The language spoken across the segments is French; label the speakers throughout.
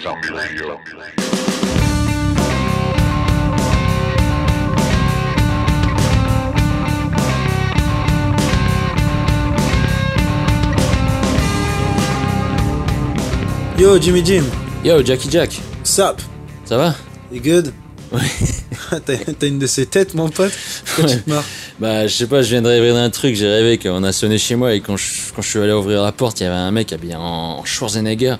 Speaker 1: Zombie Radio.
Speaker 2: Yo Jimmy Jim,
Speaker 3: Yo, Jackie Jack,
Speaker 2: sap,
Speaker 3: ça va
Speaker 2: you good
Speaker 3: Ouais.
Speaker 2: T'as t'as une de ces têtes mon pote Pourquoi tu te marres
Speaker 3: Bah, je sais pas, je viens de rêver d'un truc. J'ai rêvé qu'on a sonné chez moi et quand je, quand je suis allé ouvrir la porte, il y avait un mec habillé en Schwarzenegger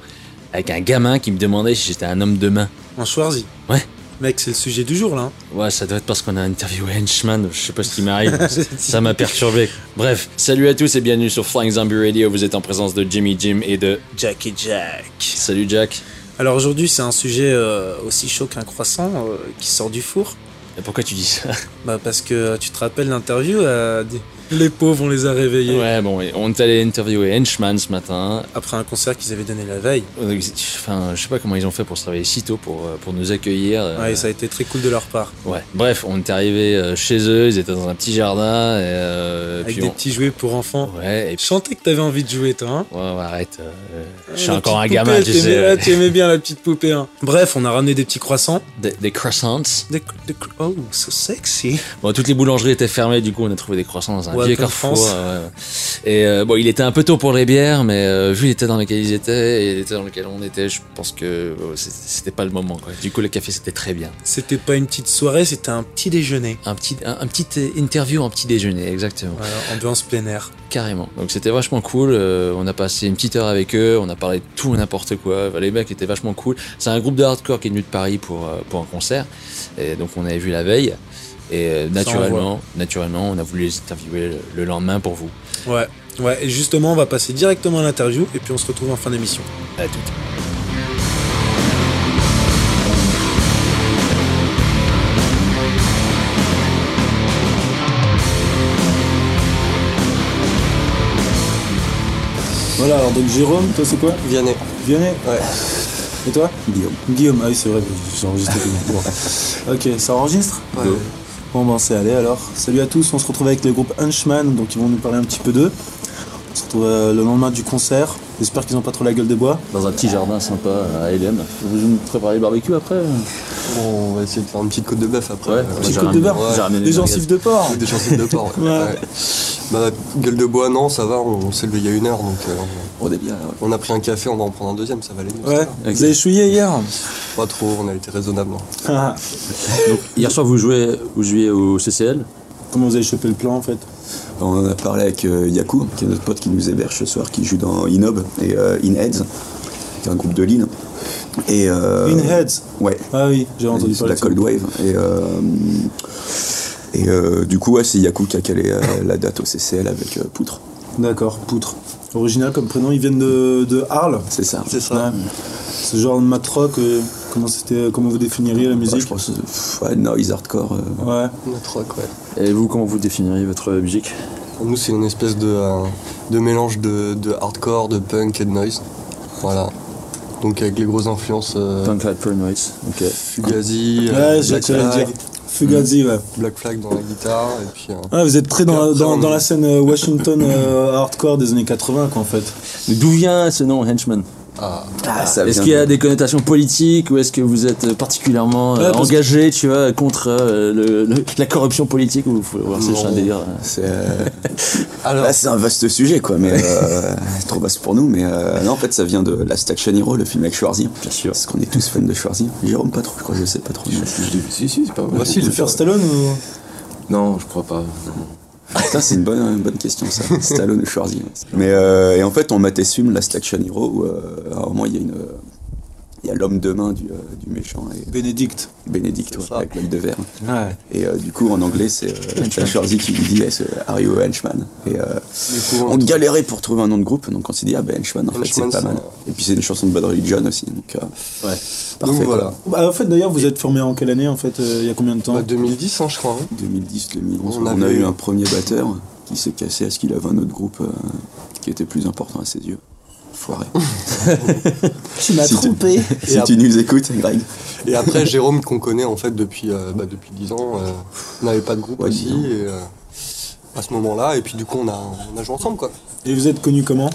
Speaker 3: avec un gamin qui me demandait si j'étais un homme de main.
Speaker 2: En Schwarzy
Speaker 3: Ouais.
Speaker 2: Mec, c'est le sujet du jour là.
Speaker 3: Ouais, ça doit être parce qu'on a interviewé Henchman, je sais pas ce qui m'arrive.
Speaker 2: hein.
Speaker 3: ça m'a perturbé. Bref, salut à tous et bienvenue sur Flying Zombie Radio. Vous êtes en présence de Jimmy Jim et de.
Speaker 2: Jackie Jack.
Speaker 3: Salut Jack.
Speaker 2: Alors aujourd'hui, c'est un sujet euh, aussi chaud qu'un croissant euh, qui sort du four.
Speaker 3: Et pourquoi tu dis ça
Speaker 2: Bah, parce que euh, tu te rappelles l'interview euh, des- Les pauvres, on les a réveillés
Speaker 3: Ouais, bon, et on est allé interviewer Henchman ce matin.
Speaker 2: après un concert qu'ils avaient donné la veille.
Speaker 3: Euh, Enfin, je sais pas comment ils ont fait pour se réveiller si tôt pour, euh, pour nous accueillir. euh,
Speaker 2: Ouais, et ça a été très cool de leur part.
Speaker 3: Ouais. Bref, on est arrivé euh, chez eux, ils étaient dans un petit jardin et, euh,
Speaker 2: Avec
Speaker 3: puis
Speaker 2: des
Speaker 3: on-
Speaker 2: petits jouets pour enfants.
Speaker 3: ouais, et
Speaker 2: Je
Speaker 3: puis
Speaker 2: sentais que t'avais envie de jouer toi. Hein
Speaker 3: ouais, ouais, arrête. euh, je suis
Speaker 2: La
Speaker 3: encore un
Speaker 2: petite
Speaker 3: gamin,
Speaker 2: poupée,
Speaker 3: tu
Speaker 2: t'aimais-
Speaker 3: sais.
Speaker 2: ah, tu aimais bien la petite poupée. Hein. Bref, on a ramené des petits croissants.
Speaker 3: Des, des croissants.
Speaker 2: Des, des- oh, so sexy.
Speaker 3: Bon, toutes les boulangeries étaient fermées, du coup, on a trouvé des croissants dans un
Speaker 2: Ouais,
Speaker 3: vieux
Speaker 2: comme
Speaker 3: carrefour.
Speaker 2: France.
Speaker 3: ouais, ouais. Et euh, bon, il était un peu tôt pour les bières, mais euh, vu l'état dans lequel ils étaient et l'état dans lequel on était, je pense que euh, c'était- c'était pas le moment. Quoi. Du coup, le café c'était très bien.
Speaker 2: C'était pas une petite soirée, c'était un petit déjeuner.
Speaker 3: Un petit, un, un petit euh, interview en petit déjeuner, exactement.
Speaker 2: Voilà, ambiance plein air.
Speaker 3: Carrément. Donc c'était vachement cool. euh, on a passé une petite heure avec eux. On a parlé de tout et n'importe quoi. Enfin, Les mecs étaient vachement cool. C'est un groupe de hardcore qui est venu de Paris pour, euh, pour un concert. Et donc on avait vu la veille. Et euh, naturellement, naturellement, on a voulu les interviewer le, le lendemain pour vous.
Speaker 2: Ouais. Ouais, et justement, on va passer directement à l'interview et puis on se retrouve en fin d'émission.
Speaker 3: À toutes.
Speaker 4: Voilà, alors donc Jérôme, toi c'est quoi Vianney. Vianney Ouais. Et toi Guillaume. Guillaume, ah oui c'est vrai, j'ai enregistré tout bon. Ok, ça enregistre Ouais. Bon ben c'est allé alors. Salut à tous, on se retrouve avec le groupe Hunchman, donc ils vont nous parler un petit peu d'eux. On se retrouve euh, le lendemain du concert. J'espère qu'ils ont pas trop la gueule de bois.
Speaker 5: dans un petit jardin sympa à LM. Vous nous préparez le barbecue après
Speaker 6: On va essayer de faire une petite côte de bœuf après.
Speaker 5: Ouais,
Speaker 6: Euh,
Speaker 5: petite
Speaker 6: j'ai
Speaker 5: côte de
Speaker 6: ramené-
Speaker 4: bœuf,
Speaker 6: ouais,
Speaker 5: j'ai ramené
Speaker 4: Les
Speaker 5: des merguez.
Speaker 4: gencives de porc
Speaker 6: Des gencives de porc. ouais.
Speaker 4: Ouais.
Speaker 6: Ouais. Bah, gueule de bois, non, ça va, on, on s'est levé il y a une heure, donc euh,
Speaker 5: On est bien. ouais.
Speaker 6: on a pris un café, on va en prendre un deuxième, ça va aller mieux.
Speaker 4: Ouais,
Speaker 6: ça va.
Speaker 4: vous avez chouillé hier
Speaker 6: Pas trop, on a été raisonnable. hein.
Speaker 4: Ah,
Speaker 5: Hier soir, vous jouez, vous jouiez au CCL
Speaker 4: Comment vous avez chopé le plan en fait
Speaker 7: On en a parlé avec euh, Yaku, qui est notre pote qui nous héberge ce soir, qui joue dans Inob et euh, Inheads, qui est un groupe de Lille. Et, euh,
Speaker 4: Inheads
Speaker 7: Ouais,
Speaker 4: Ah oui, j'ai entendu
Speaker 7: c'est la
Speaker 4: parler de ça.
Speaker 7: Cold Wave. Et, euh, et euh, du coup, ouais, c'est Yaku qui a calé euh, la date au CCL avec euh, Poutre.
Speaker 4: D'accord, Poutre. Original comme prénom, ils viennent de, de Arles
Speaker 7: C'est ça.
Speaker 6: C'est ça.
Speaker 4: Ouais. Ce genre de matrock, euh, comment c'était, comment vous définiriez la
Speaker 7: Ouais,
Speaker 4: musique
Speaker 7: je pense, euh, pff, ouais, noise hardcore. euh,
Speaker 4: Ouais.
Speaker 6: Notre rock, ouais.
Speaker 5: Et vous, comment vous définiriez votre musique
Speaker 6: Pour nous, c'est une espèce de, euh, de mélange de, de hardcore, de punk et de noise. Voilà. Donc avec les grosses influences euh,
Speaker 5: Punk Hardcore Noise. Ok.
Speaker 6: Fugazi, euh,
Speaker 4: Ouais, je
Speaker 6: Black,
Speaker 4: te le
Speaker 6: Flag,
Speaker 4: dire. Fugazi, ouais.
Speaker 6: Black Flag dans la guitare, et puis euh,
Speaker 4: Ah, vous êtes très dans,
Speaker 6: Après,
Speaker 4: dans,
Speaker 6: on-
Speaker 4: dans la scène euh, Washington euh, hardcore des années 80, quoi, en fait.
Speaker 5: Mais D'où vient ce nom, Henchman
Speaker 6: ah,
Speaker 7: ça
Speaker 5: Est-ce
Speaker 7: vient
Speaker 5: qu'il y a
Speaker 7: de-
Speaker 5: des connotations politiques ou est-ce que vous êtes particulièrement euh,
Speaker 4: Ouais, parce que-
Speaker 5: engagé, tu vois, contre euh, le- le- la corruption politique ou faut voir c'est
Speaker 6: Non.
Speaker 5: un délire euh.
Speaker 7: c'est, euh,
Speaker 6: Alors,
Speaker 7: là, c'est un vaste sujet, quoi, mais euh, trop vaste pour nous. Mais euh, non, en fait, ça vient de Last Action Hero, le film avec Schwarzy.
Speaker 5: Bien sûr.
Speaker 7: Parce qu'on est tous fans de Schwarzy. Jérôme, pas trop, je crois, je sais pas trop. mais-
Speaker 8: Si, si, c'est pas vrai.
Speaker 6: bah si,
Speaker 4: Tu
Speaker 6: le
Speaker 4: veux faire Stallone ou.
Speaker 8: Non, je crois pas.
Speaker 7: Ça, c'est une bonne, une bonne question, ça. Stallone ou Schwarzy. ouais. Mais euh, et en fait, on matait ce film, Last Action Hero, où euh, à un moment, il y a une. Il y a l'homme de main du, euh, du méchant et
Speaker 4: Bénédicte.
Speaker 7: Bénédicte
Speaker 6: C'est
Speaker 7: ouais,
Speaker 6: ça.
Speaker 7: avec l'œil de verre.
Speaker 4: Ouais.
Speaker 7: Et euh, du coup, en anglais, c'est euh, t'as Schwarzy qui lui dit eh, ce- Are you a henchman Et euh,
Speaker 6: du coup,
Speaker 7: on galérait pour trouver un nom de groupe, donc on s'est dit Ah ben henchman, en fait, c'est
Speaker 6: Henchman,
Speaker 7: pas
Speaker 6: c'est
Speaker 7: mal. Et puis, c'est une chanson de Bad Religion aussi, donc. euh,
Speaker 5: Ouais.
Speaker 7: Parfait.
Speaker 6: donc voilà.
Speaker 7: quoi.
Speaker 4: Bah, en fait, d'ailleurs, vous êtes formé en quelle année, en fait, euh, il y a combien de temps
Speaker 6: Bah, 2010, hein, je crois. hein.
Speaker 7: 2010, 2011.
Speaker 6: On
Speaker 7: On, a
Speaker 6: avait-
Speaker 7: eu un premier batteur qui s'est cassé à ce qu'il avait un autre groupe euh, qui était plus important à ses yeux. Foiré.
Speaker 4: Tu m'as
Speaker 7: Si t'es-
Speaker 4: trompé
Speaker 7: Si tu nous écoutes, Greg.
Speaker 6: Et après, Jérôme, qu'on connaît en fait depuis, euh, bah, depuis 10 ans, euh, on n'avait pas de groupe
Speaker 7: Ouais,
Speaker 6: aussi.
Speaker 7: 10 ans.
Speaker 6: Et, euh, à ce moment-là, et puis du coup, on a, on a joué ensemble quoi.
Speaker 4: Et vous êtes connu comment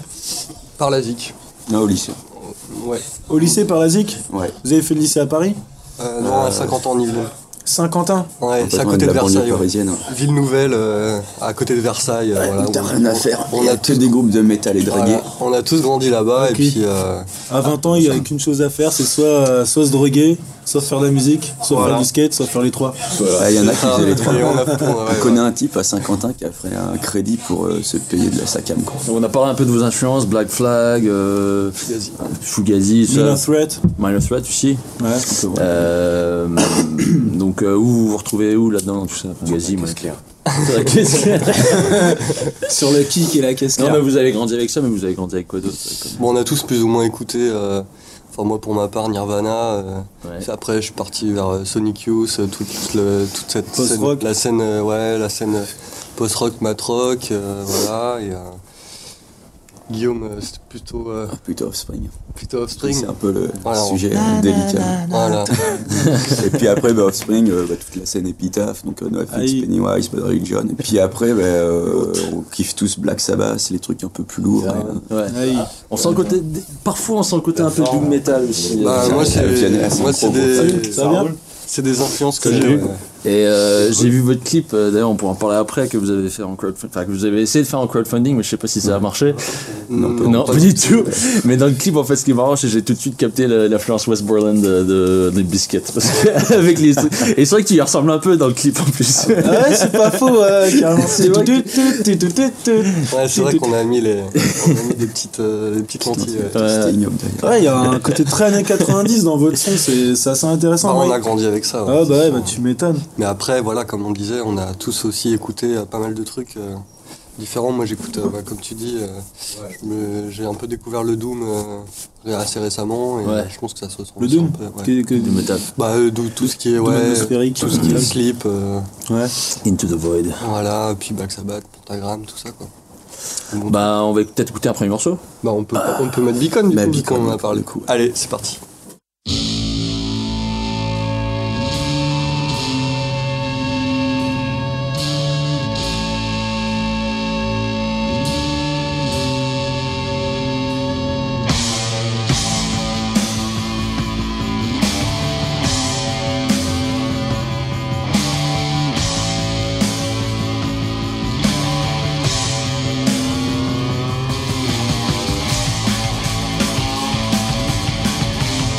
Speaker 6: Par la ZIC.
Speaker 7: Non, au lycée.
Speaker 6: Ouais.
Speaker 4: Au lycée par la ZIC
Speaker 7: Ouais.
Speaker 4: Vous avez fait le lycée à Paris
Speaker 6: Euh, non, à 50 ans en Yvelines.
Speaker 4: Saint-Quentin
Speaker 6: Ouais, c'est à
Speaker 7: Complètement
Speaker 6: côté
Speaker 7: de
Speaker 6: de
Speaker 7: la banlieue
Speaker 6: Versailles. ouais.
Speaker 7: parisienne.
Speaker 6: Ville nouvelle, euh, à côté de Versailles. euh, voilà,
Speaker 7: Où T'as
Speaker 6: on-
Speaker 7: rien à faire.
Speaker 6: on
Speaker 7: Il y a
Speaker 6: a
Speaker 7: que des groupes de métal et
Speaker 6: voilà,
Speaker 7: dragués.
Speaker 6: on a tous grandi là-bas
Speaker 4: Ok.
Speaker 6: et puis euh,
Speaker 4: À 20 ans, il n'y a qu'une chose à faire, c'est soit, euh, soit se droguer, soit faire de la musique, soit
Speaker 6: Voilà.
Speaker 4: faire du skate, soit faire les trois.
Speaker 7: Ah, Il y en a qui
Speaker 6: ah,
Speaker 7: faisaient les trois.
Speaker 6: et on a- on a-
Speaker 7: On connaît un type à Saint-Quentin qui a fait un crédit pour euh, se payer de la sacam. quoi.
Speaker 5: Donc on a parlé un peu de vos influences, Black Flag, euh, Fugazi,
Speaker 4: Minor
Speaker 5: ça.
Speaker 4: Threat,
Speaker 5: Minor Threat aussi.
Speaker 4: ouais.
Speaker 5: Euh, donc euh, où vous vous retrouvez où là-dedans dans tout ça Fugazi, moi. Sur la caisse claire.
Speaker 2: Sur le kick et la caisse
Speaker 5: Non
Speaker 2: claire.
Speaker 5: mais vous avez grandi avec ça, mais vous avez grandi avec quoi d'autre comme-
Speaker 6: Bon, on a tous plus ou moins écouté. euh, Enfin, moi, pour ma part, Nirvana. euh,
Speaker 5: Ouais.
Speaker 6: puis Après, je suis parti vers euh, Sonic Youth, euh, toute, le- toute cette scène,
Speaker 4: Post-rock.
Speaker 6: la scène, euh, ouais, la scène euh, post-rock, mat-rock, euh, voilà. Et, euh, Guillaume, euh, c'était plutôt, euh,
Speaker 7: Plutôt Offspring.
Speaker 6: plutôt Offspring.
Speaker 7: C'est un peu le
Speaker 6: Voilà, on-
Speaker 7: sujet euh, délicat.
Speaker 6: Voilà.
Speaker 7: Et puis après, bah, Offspring, euh, bah, toute la scène épitaphe, donc euh, NoFX,
Speaker 4: Aïe.
Speaker 7: Pennywise, Bad Religion. Et puis après, bah, euh, on kiffe tous Black Sabbath, les trucs un peu plus lourds. hein.
Speaker 5: Ouais.
Speaker 4: Ouais,
Speaker 5: On sent le côté, parfois on sent le côté un peu doom metal aussi.
Speaker 6: Bah,
Speaker 7: Vianney,
Speaker 6: moi,
Speaker 7: Vianney,
Speaker 6: c'est
Speaker 7: c'est
Speaker 6: moi,
Speaker 7: un
Speaker 6: c'est
Speaker 7: pro,
Speaker 4: il- Ça
Speaker 6: des,
Speaker 4: va bien
Speaker 6: c'est des influences que
Speaker 5: Salut.
Speaker 6: j'ai. ouais.
Speaker 5: Et euh, j'ai vu votre clip, euh, d'ailleurs on pourra en parler après, que vous avez fait en crowdfunding, enfin que vous avez essayé de faire en crowdfunding, mais je sais pas si ça a marché.
Speaker 6: Non,
Speaker 5: non, pas du tout. Mais dans le clip, en fait, ce qui est marrant, c'est que j'ai tout de suite capté la- l'influence Westmoreland de, de, de Biscuit. Parce que avec les... Et c'est vrai que tu y ressembles un peu dans le clip en plus.
Speaker 4: Ah Ouais, c'est pas faux, ouais, carrément.
Speaker 5: vrai que-
Speaker 4: Tut, tut, tut, tut, tut, tut.
Speaker 6: Ouais, c'est vrai qu'on a mis les, on a mis des petites, euh, des petites lentilles. ouais.
Speaker 7: C'était ignoble d'ailleurs.
Speaker 4: Ouais, il y a un côté très années 90 dans votre son, c'est c'est assez
Speaker 6: Enfin,
Speaker 4: intéressant.
Speaker 6: Ah, on
Speaker 4: ouais.
Speaker 6: a grandi avec ça. ouais.
Speaker 4: Ah bah ouais, bah tu m'étonnes.
Speaker 6: Mais après, voilà, comme on disait, on a tous aussi écouté euh, pas mal de trucs euh, différents. Moi, j'écoute, euh, bah, comme tu dis, euh, je me- j'ai un peu découvert le Doom euh, assez récemment et
Speaker 5: Ouais.
Speaker 6: je pense que ça se ressent.
Speaker 4: Le
Speaker 6: aussi
Speaker 4: Doom
Speaker 6: un peu,
Speaker 4: Que-
Speaker 6: ouais.
Speaker 4: que-
Speaker 5: Du metal.
Speaker 6: Bah, euh, d'où tout ce qui est,
Speaker 4: Doom
Speaker 6: ouais,
Speaker 4: atmosphérique.
Speaker 6: tout ce qui est slip, euh,
Speaker 4: Ouais.
Speaker 5: Into the Void.
Speaker 6: voilà, puis Black Sabbath, Pentagram, tout ça, quoi. Bon, bah,
Speaker 5: Bah, on va peut-être écouter un premier morceau.
Speaker 6: on, peut, on peut mettre Beacon, du
Speaker 7: Bah,
Speaker 6: coup,
Speaker 7: Beacon,
Speaker 6: Beacon, on en a
Speaker 7: ouais,
Speaker 6: parlé.
Speaker 7: le coup.
Speaker 6: Allez, c'est parti.
Speaker 1: Thank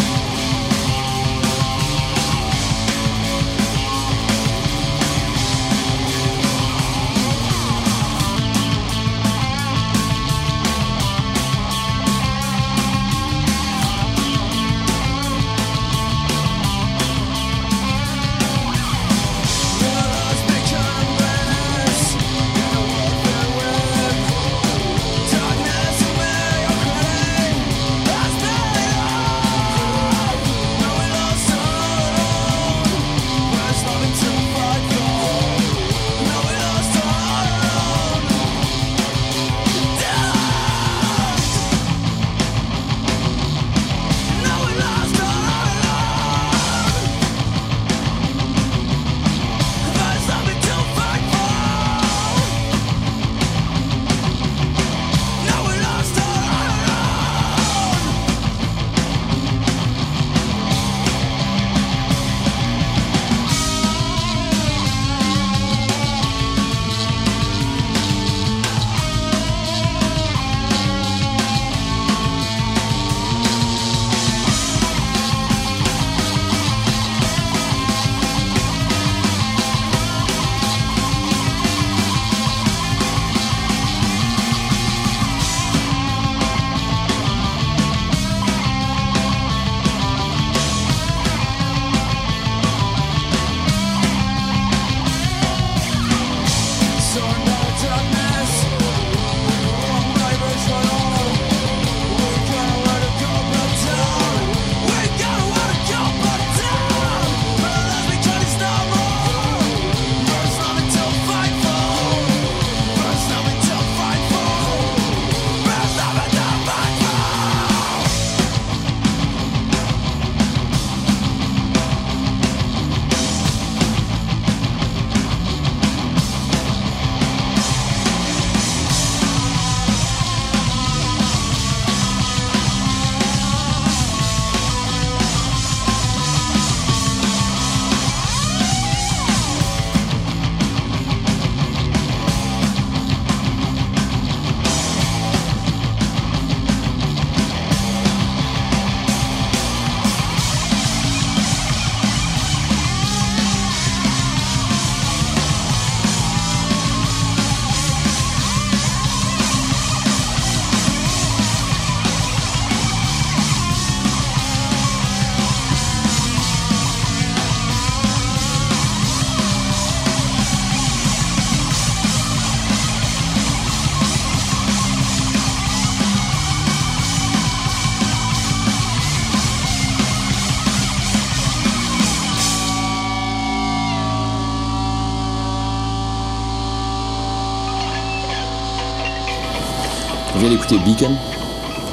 Speaker 5: On vient d'écouter Beacon.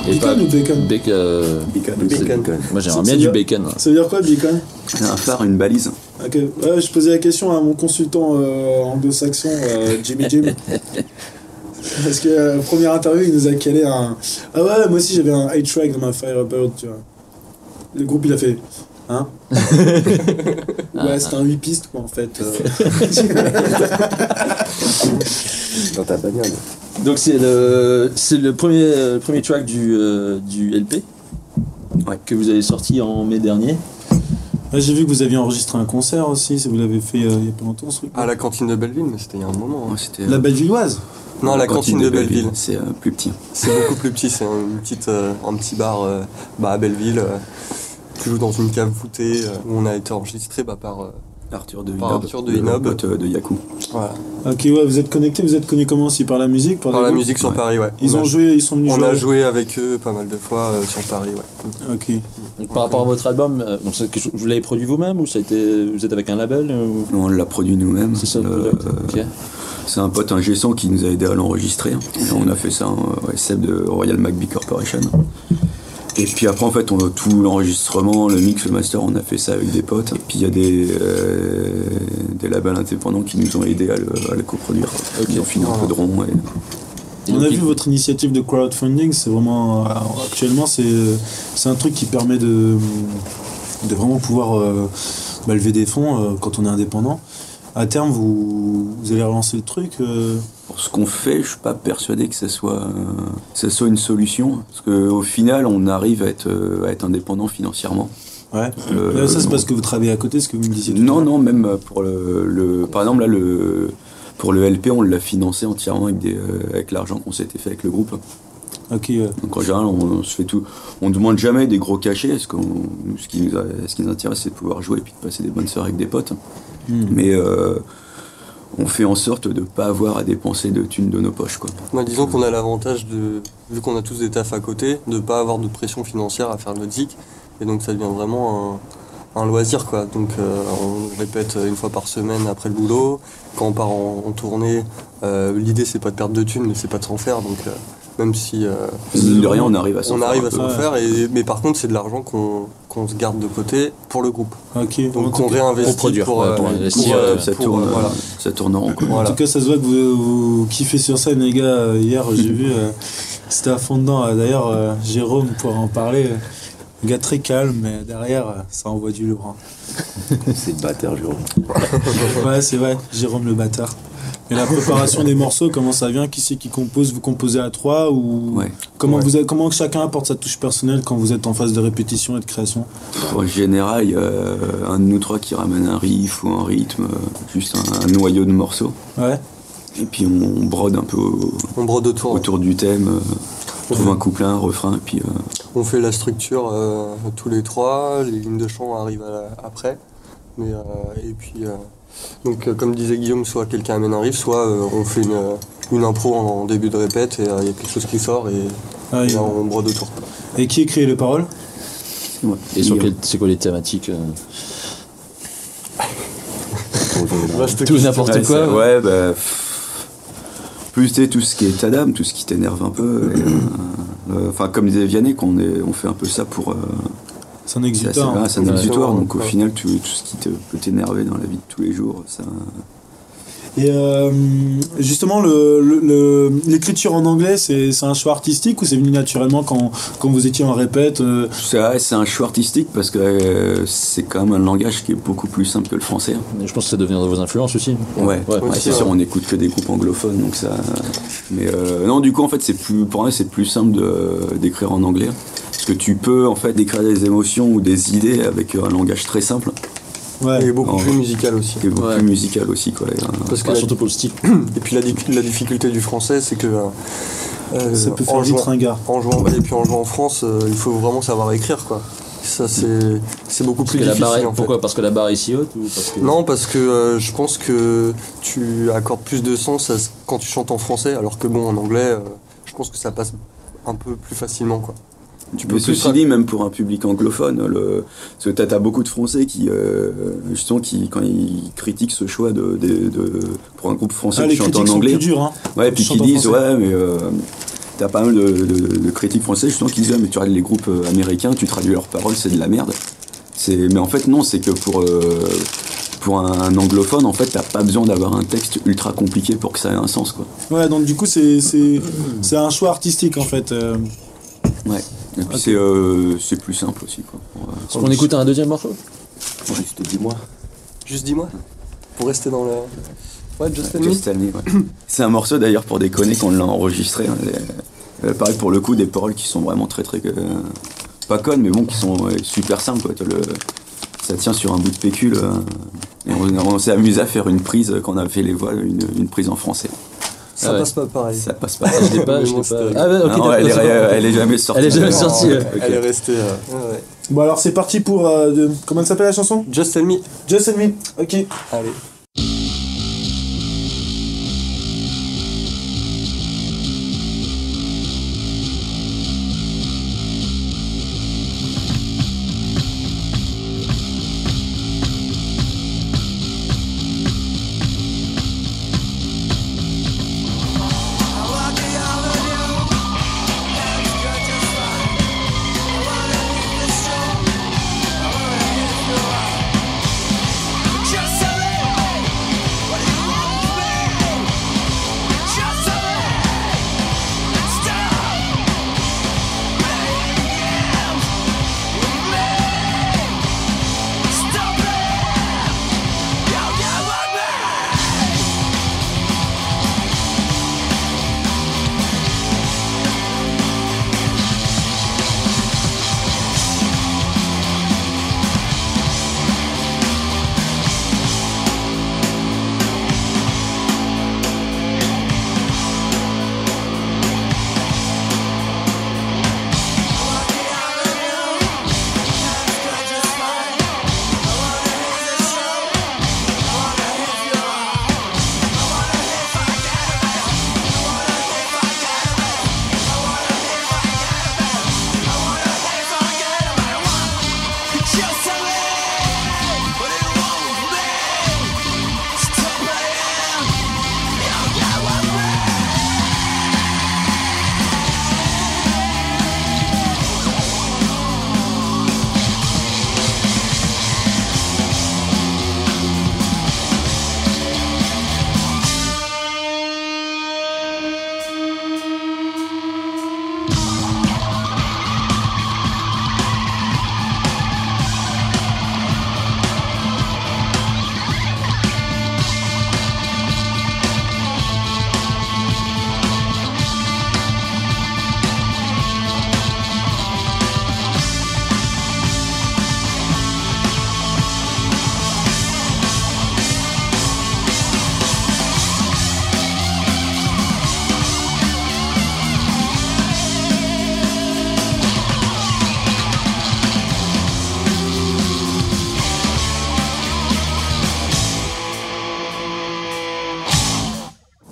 Speaker 5: Et
Speaker 4: Beacon
Speaker 5: pas
Speaker 4: ou Bacon
Speaker 5: Bec- euh,
Speaker 7: Beacon.
Speaker 5: c'est
Speaker 6: Bacon.
Speaker 5: Bacon. Moi j'aimerais
Speaker 4: C'est-
Speaker 5: bien
Speaker 4: c'est
Speaker 5: du
Speaker 4: bien.
Speaker 5: bacon.
Speaker 4: Ça veut dire quoi, beacon
Speaker 7: Un phare, une balise.
Speaker 4: Ok, ouais, je posais la question à mon consultant euh, anglo-saxon, euh, Jimmy Jim. Parce que euh, première interview, il nous a calé un. Ah ouais, moi aussi j'avais un 8-track dans ma Firebird, tu vois. Le groupe, il a fait. Hein Ouais, c'était un 8 pistes, quoi, en fait. euh.
Speaker 8: Dans ta bagnole.
Speaker 5: Donc c'est le c'est le premier euh, premier track du euh, du LP que vous avez sorti en mai dernier.
Speaker 4: Ouais, J'ai vu que vous aviez enregistré un concert aussi, si vous l'avez fait euh, il y a pas longtemps, ce truc.
Speaker 6: À la cantine de Belleville, mais c'était il y a un moment. hein.
Speaker 7: euh,
Speaker 4: La Bellevilloise
Speaker 6: Non, la cantine, de Belleville.
Speaker 7: C'est euh, plus petit.
Speaker 6: C'est beaucoup plus petit, c'est un, une petite, euh, un petit bar euh, bah, à Belleville. euh, qui joue dans une cave foutée euh, où on a été enregistré bah, par. euh,
Speaker 7: Arthur de
Speaker 6: Par
Speaker 7: Hinob,
Speaker 6: Arthur de
Speaker 7: le
Speaker 6: Hinob.
Speaker 7: pote, euh, de Yaku.
Speaker 6: voilà.
Speaker 4: Ok, ouais, vous êtes connectés, vous êtes connus comment aussi Par la musique
Speaker 6: Par la
Speaker 4: des-
Speaker 6: musique sur
Speaker 7: Ouais.
Speaker 6: Paris, ouais.
Speaker 4: Ils
Speaker 6: on
Speaker 4: ont
Speaker 6: a,
Speaker 4: joué, ils sont venus
Speaker 6: on
Speaker 4: jouer.
Speaker 6: a joué avec eux pas mal de fois euh, sur Paris, ouais.
Speaker 4: Ok.
Speaker 5: Donc, par rapport à votre album, euh, donc, c'est quelque chose- vous l'avez produit vous-même ou ça a été vous êtes avec un label euh, ou-
Speaker 7: On l'a produit nous-mêmes.
Speaker 5: C'est ça le
Speaker 7: Euh,
Speaker 5: product Ok.
Speaker 7: C'est un pote, un gesson qui nous a aidé à l'enregistrer. Et on a fait ça, hein, ouais, Seb de Royal McBee Corporation. Et puis après, en fait, on a tout l'enregistrement, le mix, le master, on a fait ça avec des potes. Et puis il y a des, euh, des labels indépendants qui nous ont aidés à le, à le coproduire. quoi. Ils ont fini un peu de rond. Et...
Speaker 4: On a
Speaker 5: Donc,
Speaker 4: vu votre initiative de crowdfunding, c'est vraiment euh, actuellement c'est euh, c'est un truc qui permet de de vraiment pouvoir euh, bah, lever des fonds euh, quand on est indépendant. À terme, vous, vous allez relancer le truc. euh,
Speaker 7: Pour ce qu'on fait, je suis pas persuadé que ça soit, euh, ça soit une solution. Parce qu'au final, on arrive à être, euh, à être indépendant financièrement.
Speaker 4: ouais.
Speaker 7: Euh,
Speaker 4: Là, ça, c'est
Speaker 7: non.
Speaker 4: parce que vous travaillez à côté, ce que vous me disiez. tout à
Speaker 7: Non,
Speaker 4: l'heure.
Speaker 7: non, même euh, pour le, le- par exemple là le pour le LP, on l'a financé entièrement avec des euh, avec l'argent qu'on s'était fait avec le groupe.
Speaker 4: Ok. euh,
Speaker 7: Donc en général, on, on se fait tout, on demande jamais des gros cachets parce qu'on nous, ce qui nous a- ce qui nous intéresse c'est de pouvoir jouer et puis de passer des bonnes soirées avec des potes.
Speaker 4: hmm.
Speaker 7: Mais euh, on fait en sorte de pas avoir à dépenser de thunes de nos poches quoi.
Speaker 6: Moi, disons qu'on a l'avantage de, vu qu'on a tous des tafs à côté, de pas avoir de pression financière à faire le zik. Et donc ça devient vraiment un, un loisir quoi. Donc euh, on répète une fois par semaine après le boulot. Quand on part en, en tournée, euh, l'idée c'est pas de perdre de thunes, mais c'est pas de s'en faire. Donc euh, même si euh,
Speaker 7: Mine de rien, on arrive à s'en
Speaker 6: on
Speaker 7: faire
Speaker 6: arrive
Speaker 7: un
Speaker 6: à
Speaker 7: peu.
Speaker 6: s'en
Speaker 4: Ouais.
Speaker 6: faire, et, mais par contre c'est de l'argent qu'on qu'on se garde de côté pour le groupe.
Speaker 4: Ok. en,
Speaker 6: Donc
Speaker 4: tout
Speaker 6: on
Speaker 4: cas,
Speaker 6: réinvestit
Speaker 3: Pour produire,
Speaker 6: pour,
Speaker 3: ouais,
Speaker 6: euh,
Speaker 3: pour investir,
Speaker 6: pour, euh,
Speaker 3: ouais,
Speaker 7: ça
Speaker 6: pour,
Speaker 7: tourne,
Speaker 6: euh,
Speaker 7: euh,
Speaker 6: voilà.
Speaker 7: ça tourne en rond. quoi.
Speaker 4: en
Speaker 6: Voilà.
Speaker 4: tout cas, ça se voit que vous, vous kiffez sur scène, les gars. Euh, Hier, j'ai vu, euh, c'était à fond dedans. Euh, D'ailleurs, euh, Jérôme pourra en parler. Un gars très calme, mais derrière, euh, ça envoie du lourd. hein.
Speaker 8: C'est le bâtard, Jérôme.
Speaker 4: Ouais, c'est vrai, Jérôme le bâtard. Et la préparation des morceaux, comment ça vient Qui c'est qui compose Vous composez à trois ou
Speaker 7: Ouais.
Speaker 4: comment
Speaker 6: Ouais.
Speaker 4: vous avez- comment chacun apporte sa touche personnelle quand vous êtes en phase de répétition et de création
Speaker 7: En général, il y a euh, un de nous trois qui ramène un riff ou un rythme, euh, juste un, un noyau de morceaux.
Speaker 4: Ouais.
Speaker 7: Et puis on, on brode un peu au-
Speaker 6: On brode autour.
Speaker 7: autour du thème, euh, on trouve un couplet, un refrain, et puis euh,
Speaker 6: On fait la structure euh, tous les trois, les lignes de chant arrivent à la- après. Mais, euh, et puis, euh, donc, euh, comme disait Guillaume, soit quelqu'un amène un riff, soit euh, on fait une, euh, une impro en, en début de répète et euh, il y a quelque chose qui sort et,
Speaker 4: Ah,
Speaker 6: et
Speaker 4: et,
Speaker 6: là, on brode autour.
Speaker 4: et qui écrit les paroles
Speaker 7: ouais.
Speaker 5: Et sur
Speaker 7: Et,
Speaker 5: quel- c'est quoi les thématiques euh
Speaker 6: Vaste
Speaker 5: Tout et n'importe
Speaker 7: ouais,
Speaker 5: quoi.
Speaker 7: ça- ouais, bah, pff, plus tu sais, tout ce qui est tadam, tout ce qui t'énerve un peu. et, euh, euh, Enfin, comme disait Vianney, qu'on est, on fait un peu ça pour. euh,
Speaker 4: C'est un
Speaker 7: c'est assez-
Speaker 4: exutoire.
Speaker 7: ah,
Speaker 4: hein.
Speaker 7: c'est un
Speaker 6: Ouais.
Speaker 7: exutoire, donc au
Speaker 6: Ouais.
Speaker 7: final, tout, tout ce qui te, peut t'énerver dans la vie de tous les jours, ça.
Speaker 4: Et euh, justement, le- le- le- l'écriture en anglais, c'est c'est un choix artistique ou c'est venu naturellement quand, quand vous étiez en répète euh,
Speaker 7: C'est ouais, c'est un choix artistique parce que euh, c'est quand même un langage qui est beaucoup plus simple que le français.
Speaker 5: Je pense que ça deviendra vos influences aussi.
Speaker 7: Ouais, ouais,
Speaker 6: Ouais,
Speaker 7: c'est
Speaker 6: ouais.
Speaker 7: sûr, on n'écoute que des groupes anglophones, donc ça. Mais euh, non, du coup, en fait, c'est plus pour moi, c'est plus simple de- d'écrire en anglais parce que tu peux en fait décrire des émotions ou des idées avec un langage très simple
Speaker 6: Et
Speaker 4: Ouais.
Speaker 6: beaucoup
Speaker 7: Ouais.
Speaker 6: plus musical aussi.
Speaker 7: et beaucoup
Speaker 5: Ouais.
Speaker 7: plus musical aussi, quoi. Et, euh,
Speaker 6: Parce que
Speaker 5: Enfin,
Speaker 6: la-
Speaker 5: surtout pour le style.
Speaker 6: et puis la, di- la difficulté du français, c'est que. euh, euh,
Speaker 4: Ça peut faire
Speaker 6: en
Speaker 4: vite hein.
Speaker 6: jouant-
Speaker 4: ringard.
Speaker 6: en jouant et puis en jouant en France, euh, il faut vraiment savoir écrire quoi. Ça c'est c'est beaucoup
Speaker 5: Parce
Speaker 6: plus
Speaker 5: que la
Speaker 6: difficile
Speaker 5: barre est-
Speaker 6: en fait.
Speaker 5: pourquoi Parce que la barre est si haute ou parce que...
Speaker 6: Non, parce que euh, je pense que tu accordes plus de sens à ce- quand tu chantes en français, alors que bon, en anglais, euh, je pense que ça passe un peu plus facilement, quoi. Tu
Speaker 7: Mais ceci dit, même pour un public anglophone, le, parce que t'as t'as beaucoup de Français qui, euh, justement, qui quand ils critiquent ce choix de, de- de- pour un groupe français
Speaker 4: Ah,
Speaker 7: qui
Speaker 4: les
Speaker 7: chante
Speaker 4: critiques
Speaker 7: en
Speaker 4: sont
Speaker 7: anglais,
Speaker 4: plus dures. Hein.
Speaker 7: Ouais, puis
Speaker 4: Chante
Speaker 7: qui
Speaker 4: en
Speaker 7: disent,
Speaker 4: français.
Speaker 7: ouais, mais euh, t'as pas mal de, de- de critiques français justement qui disent ah, mais tu regardes les groupes euh, américains, tu traduis leurs paroles, c'est de la merde. C'est- Mais en fait non, c'est que pour, euh, pour un, anglophone, en fait, t'as pas besoin d'avoir un texte ultra compliqué pour que ça ait un sens quoi.
Speaker 4: Ouais, donc du coup, c'est c'est- c'est un choix artistique en fait. euh.
Speaker 7: Ouais. Et puis c'est euh, c'est plus simple aussi quoi. pour, euh,
Speaker 3: Est-ce qu'on écoute un deuxième morceau
Speaker 8: Juste dis-moi.
Speaker 6: Juste dis-moi, pour rester dans le. Ouais, Just Tell Me.
Speaker 7: Just Tell Me, ouais. C'est un morceau d'ailleurs pour déconner qu'on l'a enregistré. hein, les- euh, pareil pour le coup, des paroles qui sont vraiment très très. euh, pas connes, mais bon, qui sont ouais, super simples quoi. T'as le- ça tient sur un bout de PQ. là. et on, on s'est amusé à faire une prise euh, quand on a fait les voiles, une, une prise en français.
Speaker 6: Ça
Speaker 3: Ah ouais.
Speaker 6: passe pas pareil.
Speaker 7: Ça passe pas.
Speaker 3: Je l'ai pas, je l'ai pas. Ah, ouais, ok,
Speaker 7: Non, elle, est,
Speaker 3: d'accord.
Speaker 7: euh, elle est jamais sortie.
Speaker 3: Elle est jamais sortie. euh.
Speaker 7: Ok.
Speaker 6: Elle est restée. euh, ouais, ouais.
Speaker 4: Bon, alors c'est parti pour. euh, de- Comment elle s'appelle la chanson
Speaker 6: Just Tell Me.
Speaker 4: Just and Me. Ok.
Speaker 6: Allez.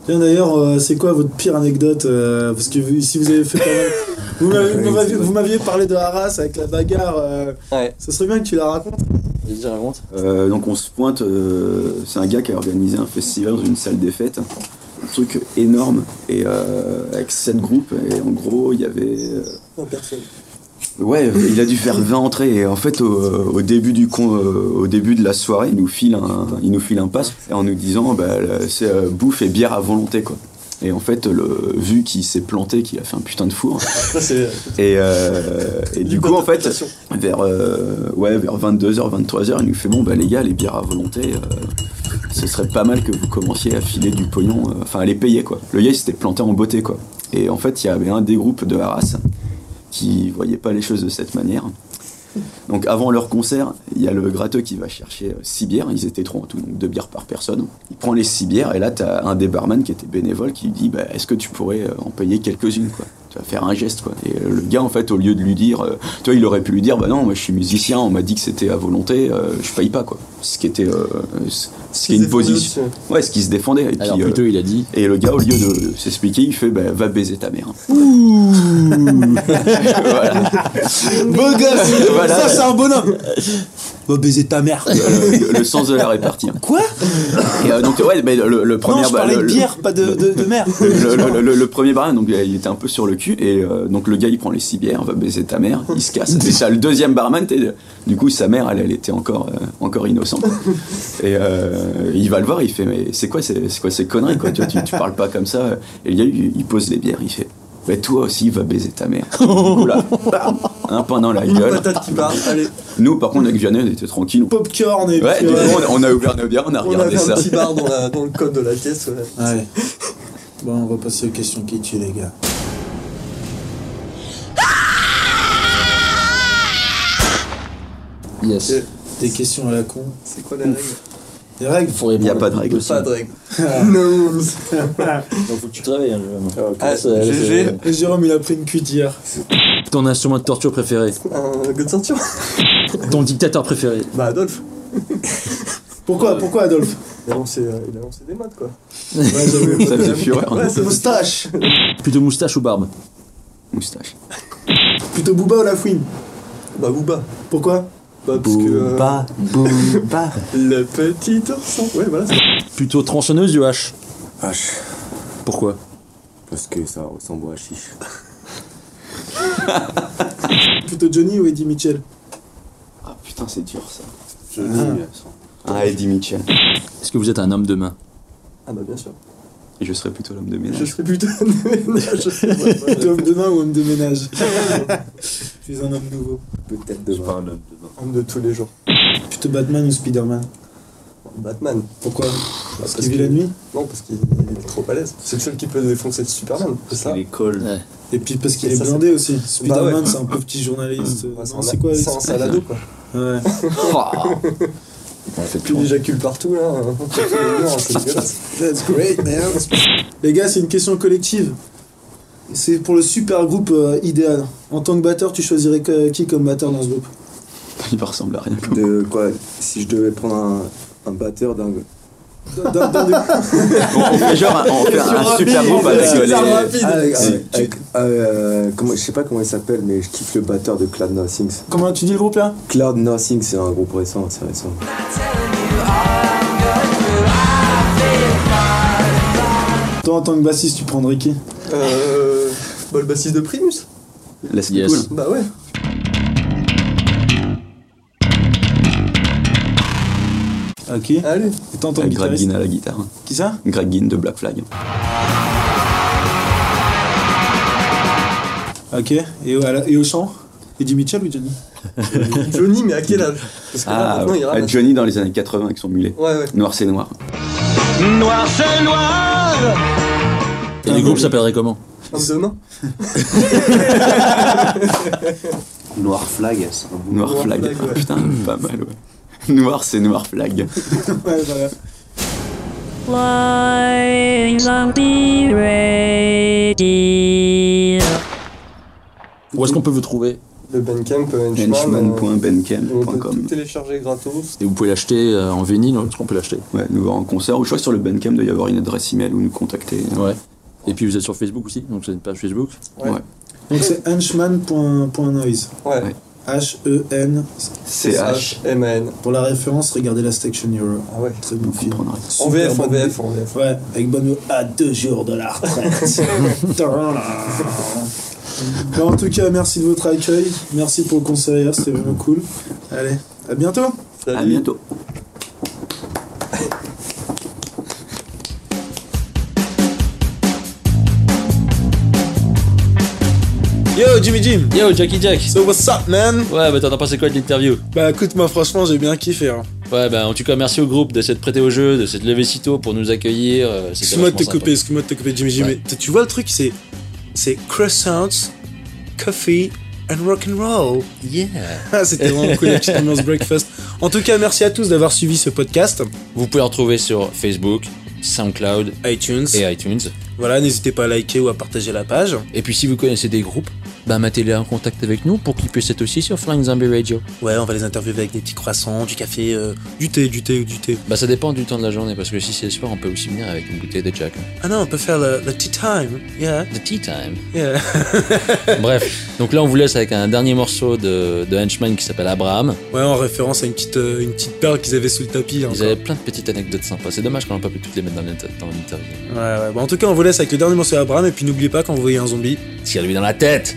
Speaker 4: Tiens, d'ailleurs, euh, c'est quoi votre pire anecdote euh, Parce que vous- si vous avez fait pas mal. Vous m'avez- vous m'avez- Vous m'aviez parlé de Haras avec la bagarre. euh,
Speaker 6: Ouais.
Speaker 4: Ça serait bien que tu la racontes.
Speaker 3: Vas-y, raconte.
Speaker 7: Euh, donc on se pointe, euh, c'est un gars qui a organisé un festival dans une salle des fêtes, un truc énorme, et euh, avec sept groupes, et en gros il y avait... euh,
Speaker 6: personne.
Speaker 7: Ouais, il a dû faire 20 entrées, et en fait au, au début, du con, euh, au début de la soirée, il nous file un, il nous file un pass, et en nous disant bah, là, c'est euh, bouffe et bière à volonté quoi. Et en fait, le, vu qu'il s'est planté, qu'il a fait un putain de four,
Speaker 6: Ça, c'est.
Speaker 7: et, euh, et du coup, en fait, vers, euh, ouais, vers 22h, 23h, il nous fait Bon, bah les gars, les bières à volonté, euh, ce serait pas mal que vous commenciez à filer du pognon, euh, enfin à les payer quoi. Le gars, il s'était planté en beauté quoi. Et en fait, il y avait un des groupes de Arras qui voyait pas les choses de cette manière. Donc avant leur concert, il y a le gratteux qui va chercher 6 bières, ils étaient trois en tout, donc 2 bières par personne. Il prend les 6 bières et là t'as un des barman qui était bénévole qui lui dit bah, est-ce que tu pourrais euh, en payer quelques-unes quoi Tu vas faire un geste quoi. Et euh, le gars en fait au lieu de lui dire euh, tu vois il aurait pu lui dire bah non moi je suis musicien, on m'a dit que c'était à volonté, euh, je paye pas quoi. Ce qui était euh, ce ce qui est une position. Ouais, ce qui se défendait. Et,
Speaker 3: Alors,
Speaker 7: puis, euh,
Speaker 3: plutôt, il a dit.
Speaker 7: et le gars au lieu de s'expliquer, il fait bah, va baiser ta mère. voilà.
Speaker 4: Beau gosse
Speaker 7: Voilà. Bah
Speaker 4: Ça, c'est un bonhomme Va baiser ta mère.
Speaker 7: le, le sens de la répartie.
Speaker 4: Quoi
Speaker 7: Et, euh, donc, ouais, mais le, le premier.
Speaker 4: Non, je
Speaker 7: bah,
Speaker 4: parlais
Speaker 7: le-
Speaker 4: de
Speaker 7: le-
Speaker 4: bière, pas de, de, de mère.
Speaker 7: le, le- le- le premier barème, donc euh, il était un peu sur le cul et euh, donc le gars il prend les six bières, va baiser ta mère, il se casse. C'est ça le deuxième barman. t'es- Du coup sa mère elle, elle était encore euh, encore innocente et euh, il va le voir, il fait mais c'est quoi c'est c'est quoi ces conneries quoi tu, vois, tu, tu parles pas comme ça. Et le gars il, il pose les bières, il fait mais toi aussi va baiser ta mère. Du coup, là, bam, un pain dans la
Speaker 4: Une
Speaker 7: gueule.
Speaker 4: patate qui part. Allez,
Speaker 7: Nous par contre avec Vianney on était tranquille.
Speaker 4: popcorn et
Speaker 7: Ouais,
Speaker 4: puis, euh,
Speaker 7: du coup,
Speaker 4: ouais.
Speaker 7: on, on a ouvert nos bières, on a
Speaker 6: On a
Speaker 7: regardé
Speaker 6: fait
Speaker 7: ça.
Speaker 6: un petit bar dans, la- dans le code de la pièce. ouais.
Speaker 4: Ouais. Bon, on va passer aux questions qui tuent, les gars.
Speaker 3: Yes.
Speaker 4: Des questions à la con.
Speaker 6: C'est quoi les règles
Speaker 4: Des règles
Speaker 7: Il n'y a pas de règle.
Speaker 6: Pas de règles.
Speaker 4: No rules.
Speaker 5: Donc faut que tu travailles, hein, Jérôme.
Speaker 6: Ah,
Speaker 5: Ça,
Speaker 6: GG,
Speaker 4: Et Jérôme, il a pris une cuillère.
Speaker 5: Ton instrument de torture préféré
Speaker 6: un gueux de ceinture
Speaker 5: Ton dictateur préféré
Speaker 6: Bah Adolphe,
Speaker 4: Pourquoi, pourquoi Adolphe
Speaker 6: il a lancé, euh, il a lancé des modes quoi.
Speaker 4: Ouais, j'avoue.
Speaker 7: Ça fait fureur. hein.
Speaker 6: Ouais, c'est
Speaker 4: Moustache
Speaker 5: Plutôt moustache ou barbe
Speaker 7: Moustache.
Speaker 4: Plutôt Booba ou la fouine
Speaker 6: Bah Booba.
Speaker 4: Pourquoi
Speaker 6: Bah, parce que, euh, le petit ourson. Ouais, voilà. c'est-
Speaker 5: Plutôt tronçonneuse ou hache
Speaker 8: H.
Speaker 5: Pourquoi
Speaker 8: Parce que ça ressemble à chiche.
Speaker 4: Plutôt Johnny ou Eddie Mitchell
Speaker 7: Ah putain, c'est dur ça.
Speaker 8: Je dis,
Speaker 7: Ah, Eddie Mitchell.
Speaker 5: Est-ce que vous êtes un homme de main
Speaker 6: Ah bah bien sûr.
Speaker 7: Et je serais plutôt l'homme de
Speaker 6: Je
Speaker 7: ménage.
Speaker 6: serais plutôt un ménage. Ouais,
Speaker 4: Plutôt
Speaker 6: ouais.
Speaker 4: homme de main ou homme de ménage Je suis un homme nouveau.
Speaker 8: peut-être demain. un homme demain.
Speaker 6: Homme de tous les jours.
Speaker 4: Plutôt Batman ou Spider-Man
Speaker 6: Batman.
Speaker 4: Pourquoi Parce
Speaker 6: parce
Speaker 4: qu'il vit
Speaker 6: que-
Speaker 4: la nuit
Speaker 6: Non, parce qu'il il est trop à l'aise. C'est le seul qui peut défoncer de Superman. C'est ça.
Speaker 8: L'école.
Speaker 4: Et puis parce qu'il
Speaker 6: Et
Speaker 4: est
Speaker 6: ça, c'est- Bah,
Speaker 4: blindé aussi. Spider-Man,
Speaker 6: ouais.
Speaker 4: c'est un peu petit journaliste.
Speaker 6: Ouais,
Speaker 4: Non,
Speaker 6: un-
Speaker 4: c'est quoi
Speaker 6: C'est un salado quoi.
Speaker 4: Ouais.
Speaker 6: Puis il éjacule partout là. hein. C'est dégueulasse.
Speaker 4: That's great, man. Les gars, c'est une question collective. C'est pour le super groupe euh, idéal. En tant que batteur, tu choisirais que- qui comme batteur dans ce groupe
Speaker 7: Il va ressembler à rien. quoi.
Speaker 8: De quoi Si je devais prendre un, un batteur d'un.
Speaker 4: Dans- dans- dans des-
Speaker 7: On fait genre un, on fait un super groupe avec euh,
Speaker 6: Super
Speaker 7: les.
Speaker 6: rapide.
Speaker 8: Avec,
Speaker 7: C'est-
Speaker 8: avec- avec- euh, comment, je sais pas comment il s'appelle, mais je kiffe le batteur de Cloud Nothings.
Speaker 4: Comment tu dis le groupe là
Speaker 8: Cloud Nothing, c'est un groupe récent, c'est récent.
Speaker 4: Toi, en tant que bassiste, tu prendrais qui
Speaker 6: Euh, bah, le bassiste de Primus.
Speaker 7: Laisse
Speaker 5: Yes.
Speaker 7: cool.
Speaker 6: Bah ouais.
Speaker 4: Ok. Et
Speaker 6: Allez.
Speaker 4: toi, en tant que
Speaker 7: Euh, Greg
Speaker 4: guitariste
Speaker 7: Ginn à la guitare.
Speaker 4: Qui ça
Speaker 7: Greg Ginn de Black Flag.
Speaker 4: Ok. Et, au- à la- et au chant Eddie Mitchell ou Johnny
Speaker 6: Johnny, mais à quel âge Parce que là,
Speaker 7: Ah,
Speaker 6: maintenant, il
Speaker 7: euh,
Speaker 6: ramasse.
Speaker 7: Johnny dans les années 80 avec son mulet.
Speaker 6: Ouais, ouais.
Speaker 7: Noir c'est noir.
Speaker 5: Et le groupe s'appellerait comment
Speaker 6: Homme de main.
Speaker 8: Noir Flag, c'est un
Speaker 7: Noir,
Speaker 6: Noir
Speaker 7: Flag.
Speaker 6: Flag, ouais.
Speaker 7: Ah, putain, pas mal, ouais. Noir c'est Noir Flag.
Speaker 4: Ouais, voilà.
Speaker 1: Flying zombie radio.
Speaker 5: Où est-ce qu'on peut vous trouver
Speaker 6: Le Bandcamp, euh, Henchman. euh, On peut tout
Speaker 7: Benchman.benkem.com.
Speaker 6: télécharger gratos.
Speaker 5: Et vous pouvez l'acheter euh, en vinyle, est-ce qu'on peut l'acheter
Speaker 7: Ouais, nous voir en concert. Ou je crois que sur le Benkem doit y avoir une adresse email où nous contacter.
Speaker 5: Ouais. Et puis vous êtes sur Facebook aussi, donc c'est une page Facebook.
Speaker 6: Ouais.
Speaker 7: Ouais.
Speaker 4: Donc c'est henchman.noise.
Speaker 6: Ouais.
Speaker 7: Ouais.
Speaker 4: H-E-N.
Speaker 7: CH.
Speaker 6: M-A-N.
Speaker 4: E Pour la référence, regardez la Station Hero.
Speaker 6: Ah ouais.
Speaker 4: Très bon film.
Speaker 7: comprendrez.
Speaker 6: En
Speaker 4: Super
Speaker 6: VF, en
Speaker 4: bon
Speaker 6: VF, en VF.
Speaker 4: Ouais, avec Bono à deux jours de la retraite. Bah, en tout cas, merci de votre accueil. Merci pour le conseil, hier, c'était vraiment cool. Allez, à bientôt.
Speaker 7: À bientôt.
Speaker 2: Yo, Jimmy Jim
Speaker 3: Yo, Jackie Jack
Speaker 2: So what's up, man
Speaker 3: Ouais, bah t'en as pensé quoi de l'interview
Speaker 2: Bah écoute, moi franchement, j'ai bien kiffé. Hein.
Speaker 3: Ouais, bah en tout cas, merci au groupe de s'être prêté au jeu, de s'être levé si tôt pour nous accueillir. euh, c'était
Speaker 2: Excuse-moi de te
Speaker 3: vachement sympa.
Speaker 2: couper, excuse-moi de te couper, Jimmy Jim.
Speaker 3: Ouais.
Speaker 2: Mais t- tu vois le truc, c'est. C'est croissants, coffee and rock and roll.
Speaker 3: Yeah.
Speaker 2: Ah, C'était vraiment cool, la petite ambiance breakfast. En tout cas, merci à tous d'avoir suivi ce podcast.
Speaker 3: Vous pouvez en retrouver sur Facebook, SoundCloud
Speaker 2: iTunes.
Speaker 3: et euh, iTunes.
Speaker 2: Voilà, n'hésitez pas à liker ou à partager la page.
Speaker 3: Et puis si vous connaissez des groupes bah, mettez-les en contact avec nous pour qu'ils puissent être aussi sur Flying Zombie Radio.
Speaker 2: Ouais, on va les interviewer avec des petits croissants, du café, euh, du thé, du thé ou du thé.
Speaker 3: Bah, ça dépend du temps de la journée, parce que si c'est le soir, on peut aussi venir avec une bouteille de Jack. hein.
Speaker 2: Ah non, on peut faire le, le tea time. Yeah,
Speaker 3: The tea time.
Speaker 2: yeah.
Speaker 3: Bref, donc là, on vous laisse avec un dernier morceau de, de Henchman qui s'appelle Abraham.
Speaker 2: Ouais, en référence à une petite, euh, une petite perle qu'ils avaient sous le tapis.
Speaker 3: Ils
Speaker 2: encore.
Speaker 3: avaient plein de petites anecdotes sympas. C'est dommage qu'on n'a pas pu toutes les mettre dans l'inter- dans l'interview.
Speaker 2: Ouais, ouais. Bon, en tout cas, on vous laisse avec le dernier morceau d'Abraham, et puis n'oubliez pas quand vous voyez un zombie,
Speaker 3: Si elle lui dans la tête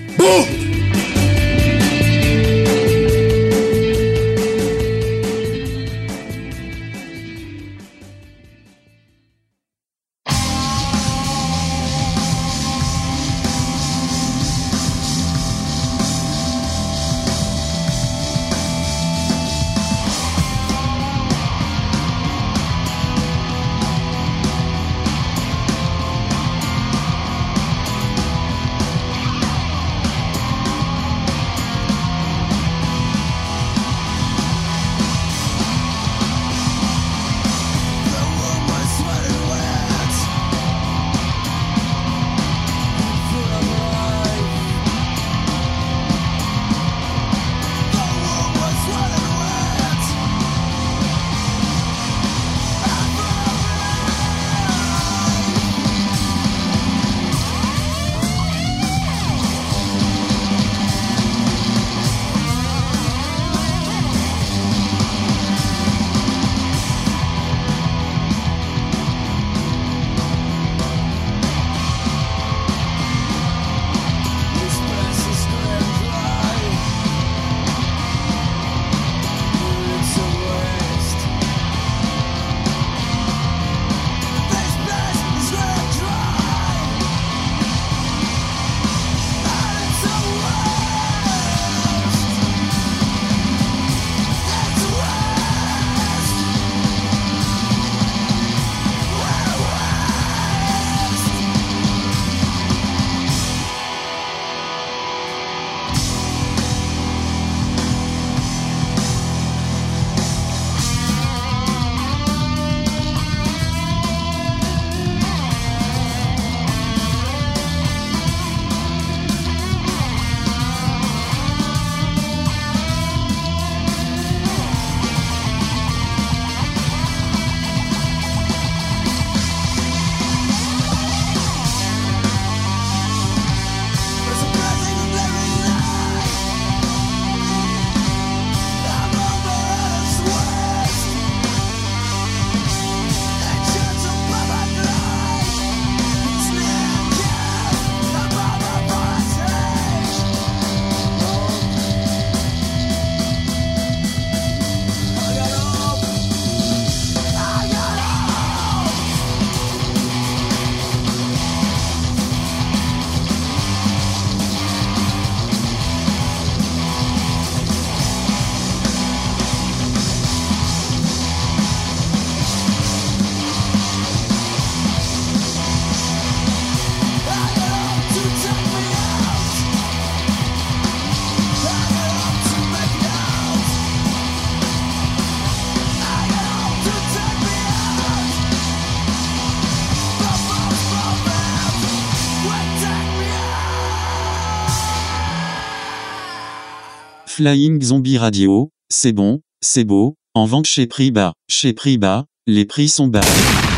Speaker 9: Flying Zombie Radio, c'est bon, c'est beau, en vente chez Prix Bas. Chez Prix Bas, les prix sont bas.